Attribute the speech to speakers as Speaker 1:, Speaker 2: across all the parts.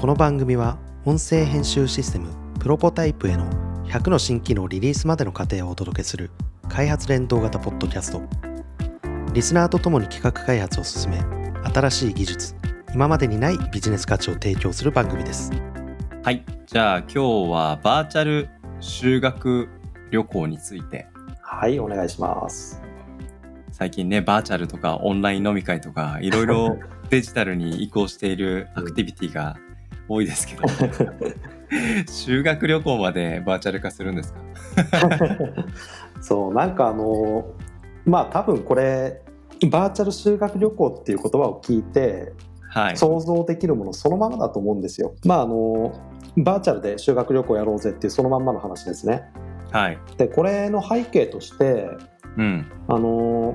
Speaker 1: この番組は音声編集システムプロポタイプへの100の新機能リリースまでの過程をお届けする開発連動型ポッドキャストリスナーとともに企画開発を進め新しい技術今までにないビジネス価値を提供する番組です
Speaker 2: はい。じゃあ今日はバーチャル修学旅行について、
Speaker 3: はい、お願いします。
Speaker 2: 最近ね、バーチャルとかオンライン飲み会とか、いろいろ デジタルに移行しているアクティビティが多いです けど、修学旅行までバーチャル化するんですか
Speaker 3: そう、なんかあの、まあ多分これ、バーチャル修学旅行っていう言葉を聞いて、
Speaker 2: はい。
Speaker 3: 想像できるものそのままだと思うんですよ。まああの、バーチャルで修学旅行やろうぜっていうそのまんまの話ですね。
Speaker 2: はい。
Speaker 3: で、これの背景として、
Speaker 2: うん。
Speaker 3: あの、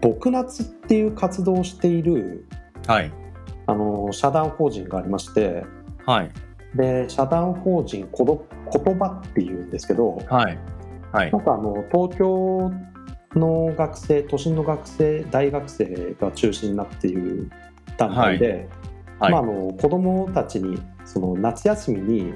Speaker 3: 僕夏っていう活動をしている、
Speaker 2: はい。
Speaker 3: あの、社団法人がありまして、
Speaker 2: はい。
Speaker 3: で、社団法人こど言葉っていうんですけど、
Speaker 2: はい。はい
Speaker 3: な。んかあの東京の学生都心の学生大学生が中心になっている団体で、
Speaker 2: はい
Speaker 3: まあ、あの子どもたちにその夏休みに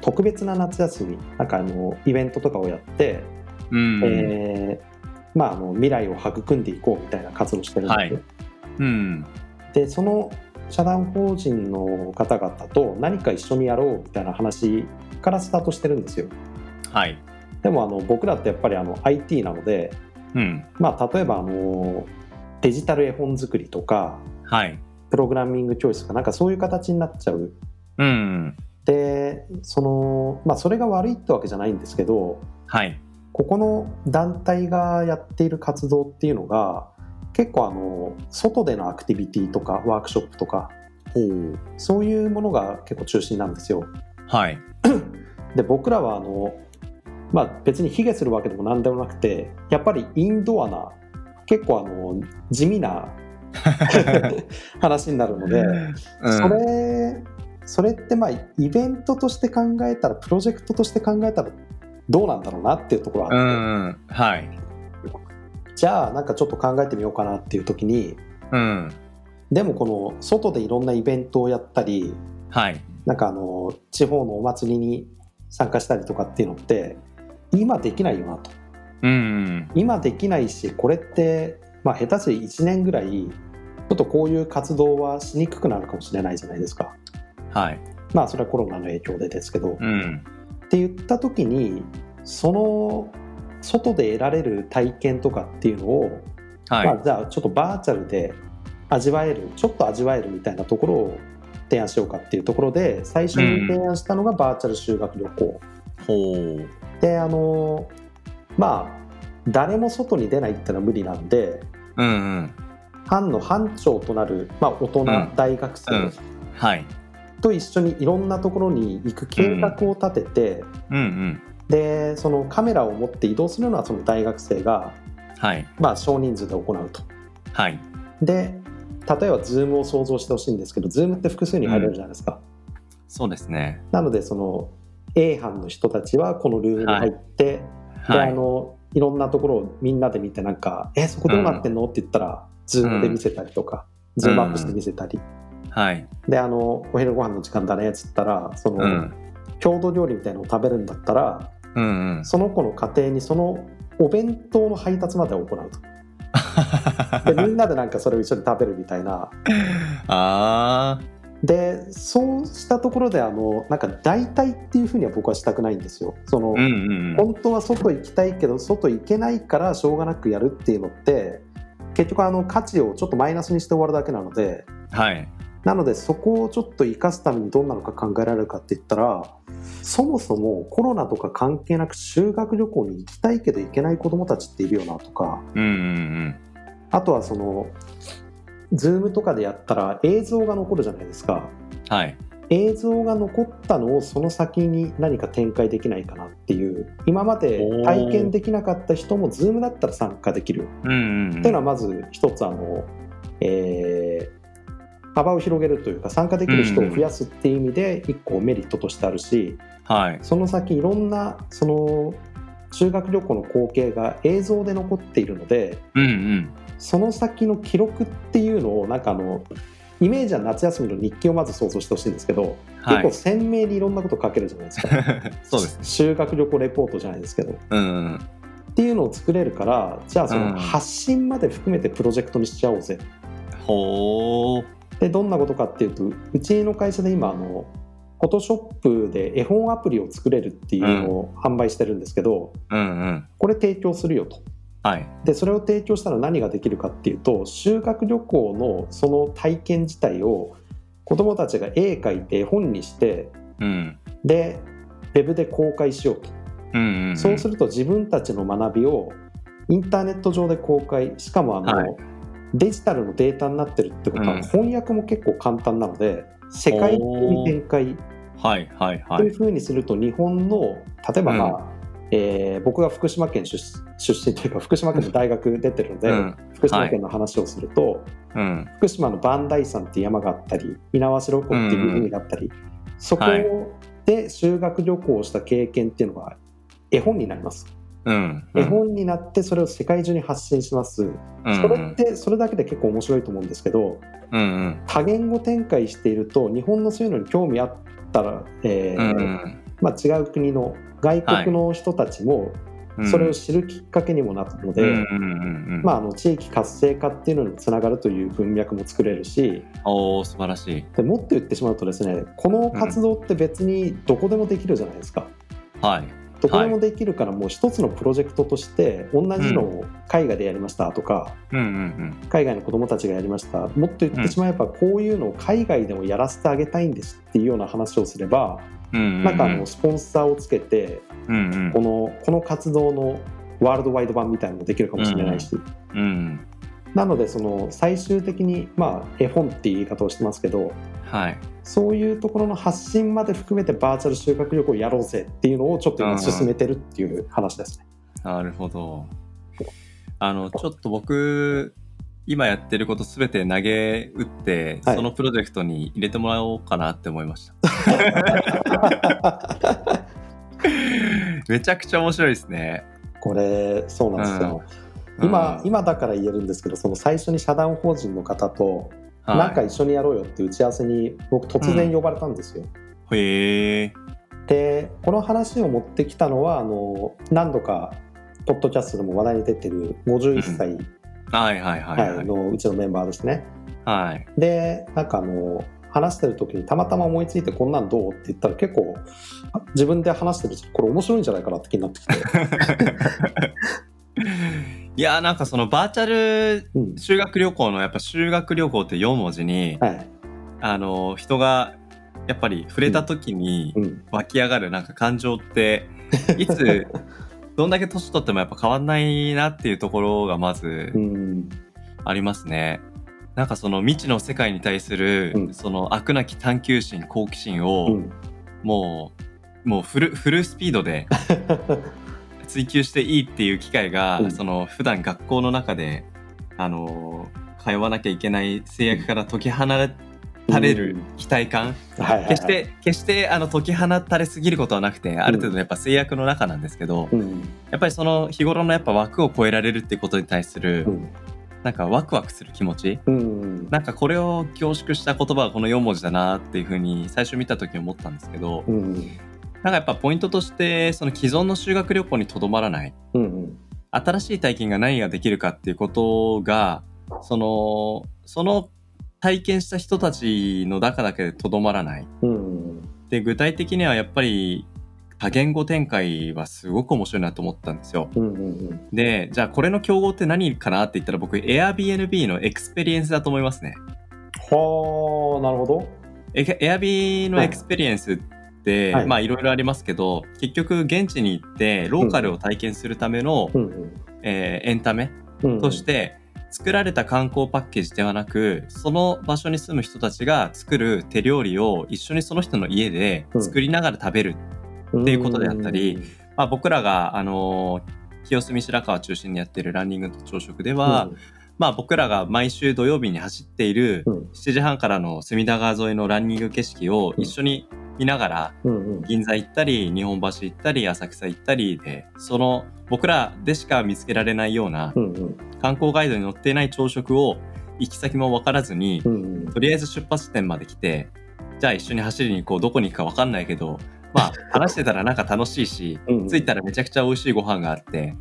Speaker 3: 特別な夏休みなんかあのイベントとかをやって、
Speaker 2: うん。
Speaker 3: えーまあ、あの未来を育んでいこうみたいな活動をしてるんですよ、
Speaker 2: うん。
Speaker 3: でその社団法人の方々と何か一緒にやろうみたいな話からスタートしてるんですよ
Speaker 2: はい。
Speaker 3: でもあの僕らってやっぱりあの IT なので
Speaker 2: うん。
Speaker 3: まあ、例えばあのデジタル絵本作りとか
Speaker 2: はい。
Speaker 3: プログラミング教室とかなんかそういう形になっちゃう
Speaker 2: うん。
Speaker 3: でその、まあ、それが悪いってわけじゃないんですけど
Speaker 2: はい。
Speaker 3: ここの団体がやっている活動っていうのが結構あの外でのアクティビティとかワークショップとかそういうものが結構中心なんですよ。
Speaker 2: はい。
Speaker 3: で僕らはあの、まあ、別に卑下するわけでも何でもなくてやっぱりインドアな結構あの地味な話になるので、
Speaker 2: うん
Speaker 3: それそれってまあイベントとして考えたらプロジェクトとして考えたらどうなんだろうなっていうところは
Speaker 2: う
Speaker 3: あって、
Speaker 2: ん。はい。
Speaker 3: じゃあなんかちょっと考えてみようかなっていう時に
Speaker 2: うん。
Speaker 3: でもこの外でいろんなイベントをやったり
Speaker 2: はい。
Speaker 3: なんかあの地方のお祭りに参加したりとかっていうのって今できないよなと。
Speaker 2: うん。
Speaker 3: 今できないしこれって、まあ、下手すり1年ぐらいちょっとこういう活動はしにくくなるかもしれないじゃないですか
Speaker 2: はい。
Speaker 3: まあそれはコロナの影響でですけど、
Speaker 2: う
Speaker 3: っ
Speaker 2: ん。
Speaker 3: て言った時にその外で得られる体験とかっていうのを、
Speaker 2: はい。
Speaker 3: まあ、じゃあちょっとバーチャルで味わえるちょっと味わえるみたいなところを提案しようかっていうところで最初に提案したのがバーチャル修学旅行、
Speaker 2: ほう。
Speaker 3: であのまあ誰も外に出ないってのは無理なんで
Speaker 2: うんうん。
Speaker 3: 班の班長となる、まあ、大人、
Speaker 2: ん
Speaker 3: 大学生
Speaker 2: はい。
Speaker 3: と一緒にいろんなところに行く計画を立てて、
Speaker 2: うんうん。
Speaker 3: でそのカメラを持って移動するのはその大学生が、
Speaker 2: はい。
Speaker 3: まあ、少人数で行うと。
Speaker 2: はい。
Speaker 3: で例えば Zoom を想像してほしいんですけど Zoom って複数に入れるじゃないですか。
Speaker 2: そうですね。
Speaker 3: なのでその A 班の人たちはこのルームに入って、で
Speaker 2: は
Speaker 3: あ
Speaker 2: い。
Speaker 3: のいろんなところをみんなで見てなんか「えそこどうなってんの?」って言ったら Zoom で見せたりとか、ズームアップして見せたり。
Speaker 2: はい。
Speaker 3: であのお昼ご飯の時間だねっつったらその、
Speaker 2: うん。
Speaker 3: 郷土料理みたいなのを食べるんだったら
Speaker 2: うんうん。
Speaker 3: その子の家庭にそのお弁当の配達まで行うとでみんなでなんかそれを一緒に食べるみたいな
Speaker 2: あ
Speaker 3: でそうしたところであのなんか代替っていうふうには僕はしたくないんですよその、
Speaker 2: ー。うんうんうん。
Speaker 3: 本当は外行きたいけど外行けないからしょうがなくやるっていうのって結局あの価値をちょっとマイナスにして終わるだけなので
Speaker 2: はい。
Speaker 3: なのでそこをちょっと生かすためにどんなのか考えられるかって言ったらそもそもコロナとか関係なく修学旅行に行きたいけど行けない子どもたちっているよなとか
Speaker 2: うんうん
Speaker 3: あとはその Zoom とかでやったら映像が残るじゃないですか
Speaker 2: うん。はい。
Speaker 3: 映像が残ったのをその先に何か展開できないかなっていう今まで体験できなかった人も Zoom だったら参加できる
Speaker 2: うんうんうん。
Speaker 3: っていうのはまず一つあの、えー幅を広げるというか参加できる人を増やすっていう意味で一個メリットとしてあるし、
Speaker 2: はい。
Speaker 3: その先いろんなその修学旅行の光景が映像で残っているので
Speaker 2: うんうん。
Speaker 3: その先の記録っていうのをなんかあのイメージは夏休みの日記をまず想像してほしいんですけど、
Speaker 2: は
Speaker 3: 結構
Speaker 2: い。
Speaker 3: 鮮明にいろんなこと書けるじゃないですか
Speaker 2: そうです。
Speaker 3: 修学旅行レポートじゃないですけどっ
Speaker 2: うんうん。
Speaker 3: ていうのを作れるからじゃあそ
Speaker 2: うん
Speaker 3: の発信まで含めてプロジェクトにしちゃおうぜ、
Speaker 2: ほー。
Speaker 3: でどんなことかっていうとうちの会社で今あのフォトショップで絵本アプリを作れるっていうのを販売してるんですけど、
Speaker 2: うんうん。
Speaker 3: これ提供するよと
Speaker 2: はい。
Speaker 3: でそれを提供したら何ができるかっていうと修学旅行のその体験自体を子どもたちが絵描いて絵本にして
Speaker 2: うん。
Speaker 3: でウェブで公開しようと、
Speaker 2: うんうん、うん。
Speaker 3: そうす
Speaker 2: る。
Speaker 3: ると自分たちの学びをインターネット上で公開しかもあの、
Speaker 2: はい
Speaker 3: デジタルのデータになってるってことは、
Speaker 2: うん
Speaker 3: 翻訳も結構簡単なので世界的に展開
Speaker 2: はいはいは
Speaker 3: という
Speaker 2: い。
Speaker 3: ふうにすると日本の例えばまあ、えー僕が福島県出出身というか福島県の大学出てるので、
Speaker 2: うん
Speaker 3: 福島県の話をすると、
Speaker 2: うん。
Speaker 3: 福島の磐梯山っていう山があったり猪苗代湖っていう海があったり、そこ
Speaker 2: はい
Speaker 3: で修学旅行をした経験っていうのが絵本になります、
Speaker 2: うん。
Speaker 3: 絵本になってそれを世界中に発信します、
Speaker 2: うん
Speaker 3: それってそれだけで結構面白いと思うんですけど
Speaker 2: うんうん。
Speaker 3: 多言語展開していると日本のそういうのに興味あったら、え
Speaker 2: う
Speaker 3: ー
Speaker 2: んうん
Speaker 3: まあ、違う国の外国の人たちも
Speaker 2: うん。
Speaker 3: それを知るきっかけにもなるので、
Speaker 2: うんうんうんうん。
Speaker 3: まあ、あの地域活性化っていうのにもつながるという文脈も作れるし
Speaker 2: おー、素晴らしい。
Speaker 3: でもっと言ってしまうとですねこの活動って別にどこでもできるじゃないですか。
Speaker 2: はい。
Speaker 3: どこでもできるからもう一つのプロジェクトとして同じのを海外でやりましたとか
Speaker 2: うんうん
Speaker 3: 海外の子どもたちがやりましたもっと言ってしまえばこういうのを海外でもやらせてあげたいんですっていうような話をすれば
Speaker 2: うん。うん。
Speaker 3: なんかあの、スポンサーをつけて
Speaker 2: うんうん
Speaker 3: こ。のこの活動のワールドワイド版みたいなのもできるかもしれないし、
Speaker 2: うん。
Speaker 3: なのでその最終的に、まあ、絵本っていう言い方をしてますけど
Speaker 2: はい。
Speaker 3: そういうところの発信まで含めてバーチャル修学旅行をやろうぜっていうのをちょっと
Speaker 2: う
Speaker 3: 今
Speaker 2: ん
Speaker 3: 進めてるっていう話 ですね。
Speaker 2: なるほど。あの、ちょっと僕、今やってることすべて投げ打って、
Speaker 3: はい
Speaker 2: そのプロジェクトに入れてもらおうかなって思いました。 めちゃくちゃ面白いですね。
Speaker 3: これそうなんですよ、
Speaker 2: うん
Speaker 3: 今
Speaker 2: うん
Speaker 3: 今だから言えるんですけどその最初に社団法人の方と
Speaker 2: はい
Speaker 3: なんか一緒にやろうよって打ち合わせに僕突然呼ばれたんですよ。
Speaker 2: へえ。
Speaker 3: でこの話を持ってきたのはあの何度かポッドキャストでも話題に出てる51歳、
Speaker 2: はいはいはいは
Speaker 3: はい、
Speaker 2: い。
Speaker 3: のうちのメンバーですね。
Speaker 2: はい。
Speaker 3: でなんかあの話してる時にたまたま思いついてこんなんどうって言ったら結構あ自分で話してるしこれ面白いんじゃないかなって気になってき て、
Speaker 2: いや、なんかそのバーチャル
Speaker 3: うん
Speaker 2: 修学旅行の、やっぱ修学旅行って4文字に、
Speaker 3: はい
Speaker 2: あの、人が、やっぱり触れた時に、
Speaker 3: うん、
Speaker 2: 湧き上がるなんか感情って いつどんだけ年取ってもやっぱ変わんないなっていうところがまず
Speaker 3: うん
Speaker 2: ありますね。なんかその未知の世界に対する、
Speaker 3: うん
Speaker 2: その飽くなき探求心好奇心
Speaker 3: う
Speaker 2: を
Speaker 3: ん
Speaker 2: もう、もうフルフルスピー ドで追求していいっていう機会が、
Speaker 3: うん
Speaker 2: その普段学校の中であの通わなきゃいけない制約から解き放たれる期待感、
Speaker 3: はいはいはい
Speaker 2: 決し、て決してあの解き放たれすぎることはなくてある程度やっぱ制約の中なんですけど、
Speaker 3: うん
Speaker 2: やっぱりその日頃のやっぱ枠を超えられるってことに対する、
Speaker 3: うん
Speaker 2: なんかワクワクする気持ち
Speaker 3: うん
Speaker 2: なんかこれを凝縮した言葉はこの4文字だなっていうふうに最初見た時思ったんですけど、
Speaker 3: うん
Speaker 2: なんかやっぱポイントとしてその既存の修学旅行にとどまらない
Speaker 3: うん
Speaker 2: 新しい体験が何ができるかっていうことがそのその体験した人たちの中だけでとどまらない
Speaker 3: うん
Speaker 2: で具体的にはやっぱり多言語展開はすごく面白いなと思ったんですよ。
Speaker 3: うんうん
Speaker 2: で、じゃあこれの競合って何かなって言ったら僕 Airbnb のエクスペリエンスだと思いますね。
Speaker 3: はあなるほど
Speaker 2: え Airb のエクスペリエンスって、
Speaker 3: はい
Speaker 2: まあいろいろありますけど、結局現地に行ってローカルを体験するための、
Speaker 3: うんうん
Speaker 2: えーエンタメ
Speaker 3: うん
Speaker 2: として作られた観光パッケージではなく、その場所に住む人たちが作る手料理を一緒にその人の家で作りながら食べるっていうことであったりまあ、僕らが、あのー清澄白河を中心にやってるランニングと朝食では、まあ、僕らが毎週土曜日に走っている
Speaker 3: うんうん
Speaker 2: 7時半からの隅田川沿いのランニング景色を一緒に見ながら
Speaker 3: うんうん
Speaker 2: 銀座行ったり日本橋行ったり浅草行ったりでその僕らでしか見つけられないような
Speaker 3: うんうん
Speaker 2: 観光ガイドに載っていない朝食を行き先も分からずに
Speaker 3: う、ん
Speaker 2: とりあえず出発点まで来て、じゃあ一緒に走りに行こう、どこに行くか分かんないけど、まあ、話してたらなんか楽しいし、
Speaker 3: うん
Speaker 2: 着いたらめちゃくちゃ美味しいご飯があって、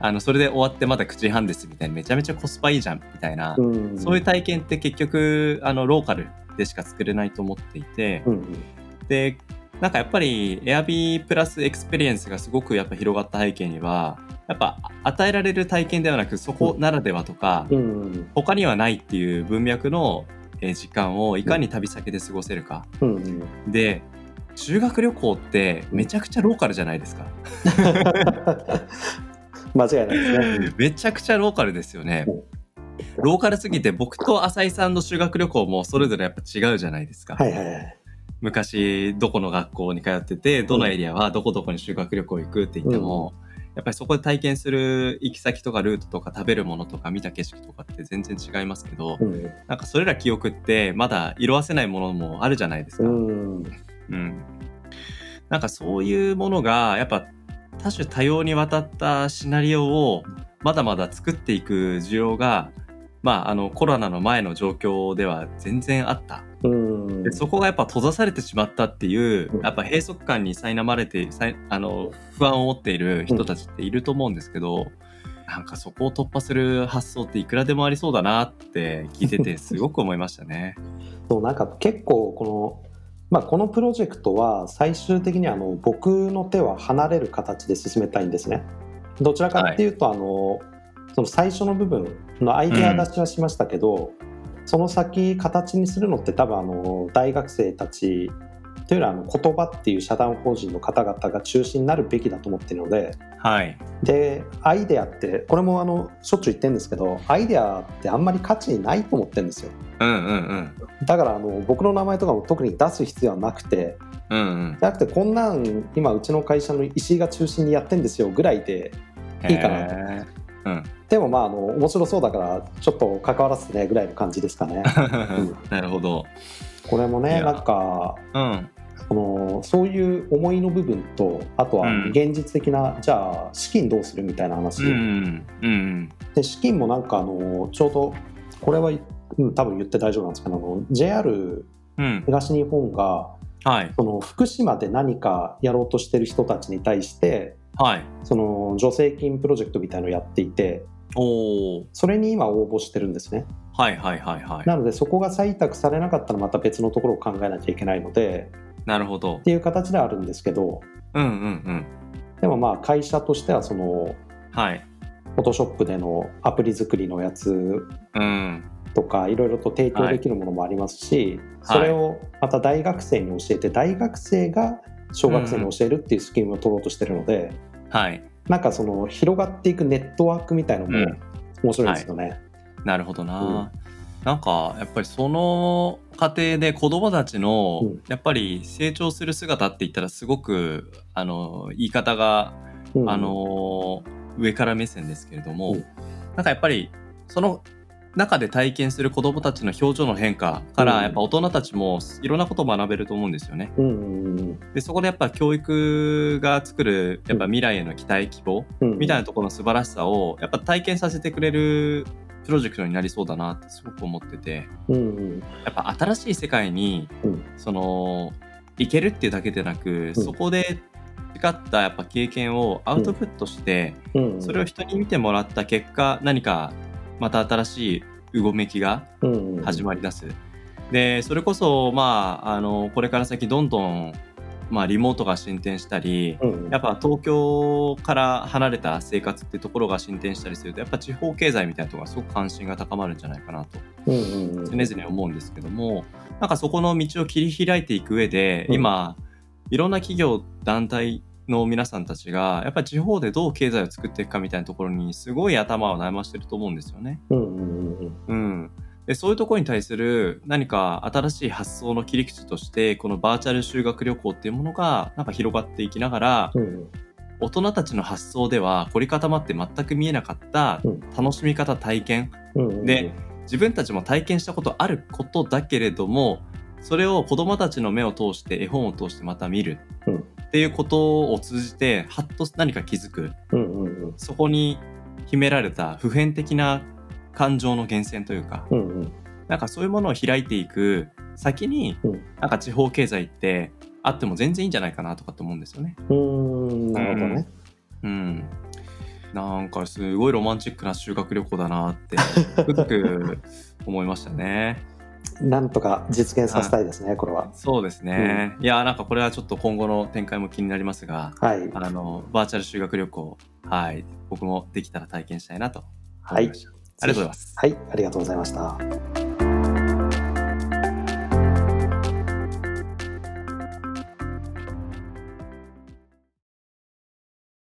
Speaker 2: あの、それで終わってまだ9時半ですみたいな、めちゃめちゃコスパいいじゃんみたいな、
Speaker 3: うん
Speaker 2: そういう体験って結局、あの、ローカルでしか作れないと思っていて、
Speaker 3: うん
Speaker 2: でなんかやっぱり Airb プラスエクスペリエンスがすごくやっぱ広がった背景にはやっぱ与えられる体験ではなくそこならではとか、
Speaker 3: うん
Speaker 2: 他にはないっていう文脈のえー時間をいかに旅先で過ごせるか、
Speaker 3: うんうん
Speaker 2: で修学旅行ってめちゃくちゃローカルじゃないですか
Speaker 3: 間違いないですね。
Speaker 2: めちゃくちゃローカルですよね
Speaker 3: うん
Speaker 2: ローカルすぎて僕と浅井さんの修学旅行もそれぞれやっぱ違うじゃないですか、
Speaker 3: はいはいはい。
Speaker 2: 昔どこの学校に通っててどのエリアはどこどこに修学旅行行くって言っても、やっぱりそこで体験する行き先とかルートとか食べるものとか見た景色とかって全然違いますけど、
Speaker 3: うん
Speaker 2: なんかそれら記憶ってまだ色褪せないものもあるじゃないですか。
Speaker 3: うん
Speaker 2: うんなんかそういうものがやっぱ多種多様にわたったシナリオをまだまだ作っていく需要がまああのコロナの前の状況では全然あった
Speaker 3: うん
Speaker 2: でそこがやっぱ閉ざされてしまったっていう
Speaker 3: うん
Speaker 2: やっぱ閉塞感に苛まれてさいあの不安を持っている人たちっていると思うんですけど、なんかそこを突破する発想っていくらでもありそうだなって聞いててすごく思いました ね。
Speaker 3: そうなんか結構この、まあ、このプロジェクトは最終的にあの僕の手は離れる形で進めたいんですね。どちらかっていうと、あのその最初の部分のアイデア出しはしましたけど、その先形にするのって多分あの大学生たちというよりはあの言葉っていう社団法人の方々が中心になるべきだと思ってるので
Speaker 2: はい、
Speaker 3: でアイデアってこれもあのしょっちゅう言ってるんですけどアイデアってあんまり価値ないと思ってるんですよ。
Speaker 2: うんうんうん
Speaker 3: だからあの僕の名前とかも特に出す必要はなくて
Speaker 2: うんうん
Speaker 3: じゃなくてこんなん今うちの会社の石井が中心にやってんですよぐらいでいいかなと
Speaker 2: へーうん
Speaker 3: でもまああの面白そうだからちょっと関わらせてねぐらいの感じですかね
Speaker 2: なるほど。
Speaker 3: これも
Speaker 2: い
Speaker 3: ね
Speaker 2: や
Speaker 3: なんか
Speaker 2: うん。
Speaker 3: このそういう思いの部分とあとは
Speaker 2: うん
Speaker 3: 現実的な、じゃあ資金どうするみたいな話、
Speaker 2: うん。うん。
Speaker 3: で資金もなんかあのちょうどこれは、うん、多分言って大丈夫なんですけどあの JR
Speaker 2: うん。
Speaker 3: 東日本が
Speaker 2: はい。
Speaker 3: その福島で何かやろうとしてる人たちに対して
Speaker 2: はい。
Speaker 3: その助成金プロジェクトみたいのをやっていて
Speaker 2: おー。
Speaker 3: それに今応募してるんですね
Speaker 2: はいはいはいはい。
Speaker 3: なのでそこが採択されなかったらまた別のところを考えなきゃいけないので
Speaker 2: なるほど
Speaker 3: っ。ていう形ではあるんですけど
Speaker 2: うんうんうん。
Speaker 3: でもまあ会社としてはその
Speaker 2: はい。
Speaker 3: フォトショップでのアプリ作りのやつ
Speaker 2: うん。
Speaker 3: とかいろいろと提供できるものもありますし、それをまた大学生に教えて大学生が小学生に教えるっていうスキームを取ろうとしてるので、
Speaker 2: はい。
Speaker 3: なんかその広がっていくネットワークみたいのも
Speaker 2: うん
Speaker 3: 面白いですよね。
Speaker 2: なるほどな。なんかやっぱりその過程で子供たちの
Speaker 3: うん
Speaker 2: やっぱり成長する姿って言ったらすごくあの言い方が
Speaker 3: うん
Speaker 2: あのー上から目線ですけれども、
Speaker 3: うん
Speaker 2: なんかやっぱりその中で体験する子どもたちの表情の変化か
Speaker 3: う
Speaker 2: ら
Speaker 3: ん
Speaker 2: やっぱ大人たちもいろんなことを学べると思うんですよね。
Speaker 3: うんうん
Speaker 2: でそこでやっぱ教育が作るやっぱ未来への期待希望
Speaker 3: うん、
Speaker 2: みたいなところの素晴らしさをやっぱ体験させてくれるプロジェクトになりそうだなってすごく思ってて
Speaker 3: うんうん
Speaker 2: やっぱ新しい世界に、
Speaker 3: うん
Speaker 2: その行けるっていうだけでなく、そこで培ったやっぱ経験をアウトプットして、
Speaker 3: うんうん、
Speaker 2: それを人に見てもらった結果何かまた新しいうごめきが始まりだす。でそれこそまああのこれから先どんどん、まあ、リモートが進展したり
Speaker 3: うんうん、
Speaker 2: やっぱ東京から離れた生活ってところが進展したりするとやっぱ地方経済みたいなところがすごく関心が高まるんじゃないかなと
Speaker 3: うんうんうん
Speaker 2: 常々思うんですけどもなんかそこの道を切り開いていく上で
Speaker 3: うん
Speaker 2: 今いろんな企業団体の皆さんたちがやっぱり地方でどう経済を作っていくかみたいなところにすごい頭を悩ましてると思うんですよね。
Speaker 3: うんうんうん
Speaker 2: うん、でそういうところに対する何か新しい発想の切り口としてこのバーチャル修学旅行っていうものがなんか広がっていきながら
Speaker 3: うんうん
Speaker 2: 大人たちの発想では凝り固まって全く見えなかった
Speaker 3: うん
Speaker 2: 楽しみ方体験
Speaker 3: うんうん
Speaker 2: で自分たちも体験したことあることだけれどもそれを子どもたちの目を通して絵本を通してまた見る
Speaker 3: うん
Speaker 2: っていうことを通じてはっと何か気づく
Speaker 3: うんうんうん
Speaker 2: そこに秘められた普遍的な感情の源泉というか、
Speaker 3: うんうん
Speaker 2: なんかそういうものを開いていく先に、
Speaker 3: うん
Speaker 2: なんか地方経済ってあっても全然いいんじゃないかなとかって思うんですよね。
Speaker 3: うーんなるほどね、
Speaker 2: うん。なんかすごいロマンチックな修学旅行だなって、つくづく思いましたね。
Speaker 3: なんとか実現させたいですね、これは。
Speaker 2: そうですね。いや、なんかこれはちょっと今後の展開も気になりますが、
Speaker 3: はい、
Speaker 2: あの、バーチャル修学旅行、はい、僕もできたら体験したいなと
Speaker 3: は
Speaker 2: 思い
Speaker 3: い
Speaker 2: ま、した。ありがとうございます。
Speaker 3: はい、ありがとうございました。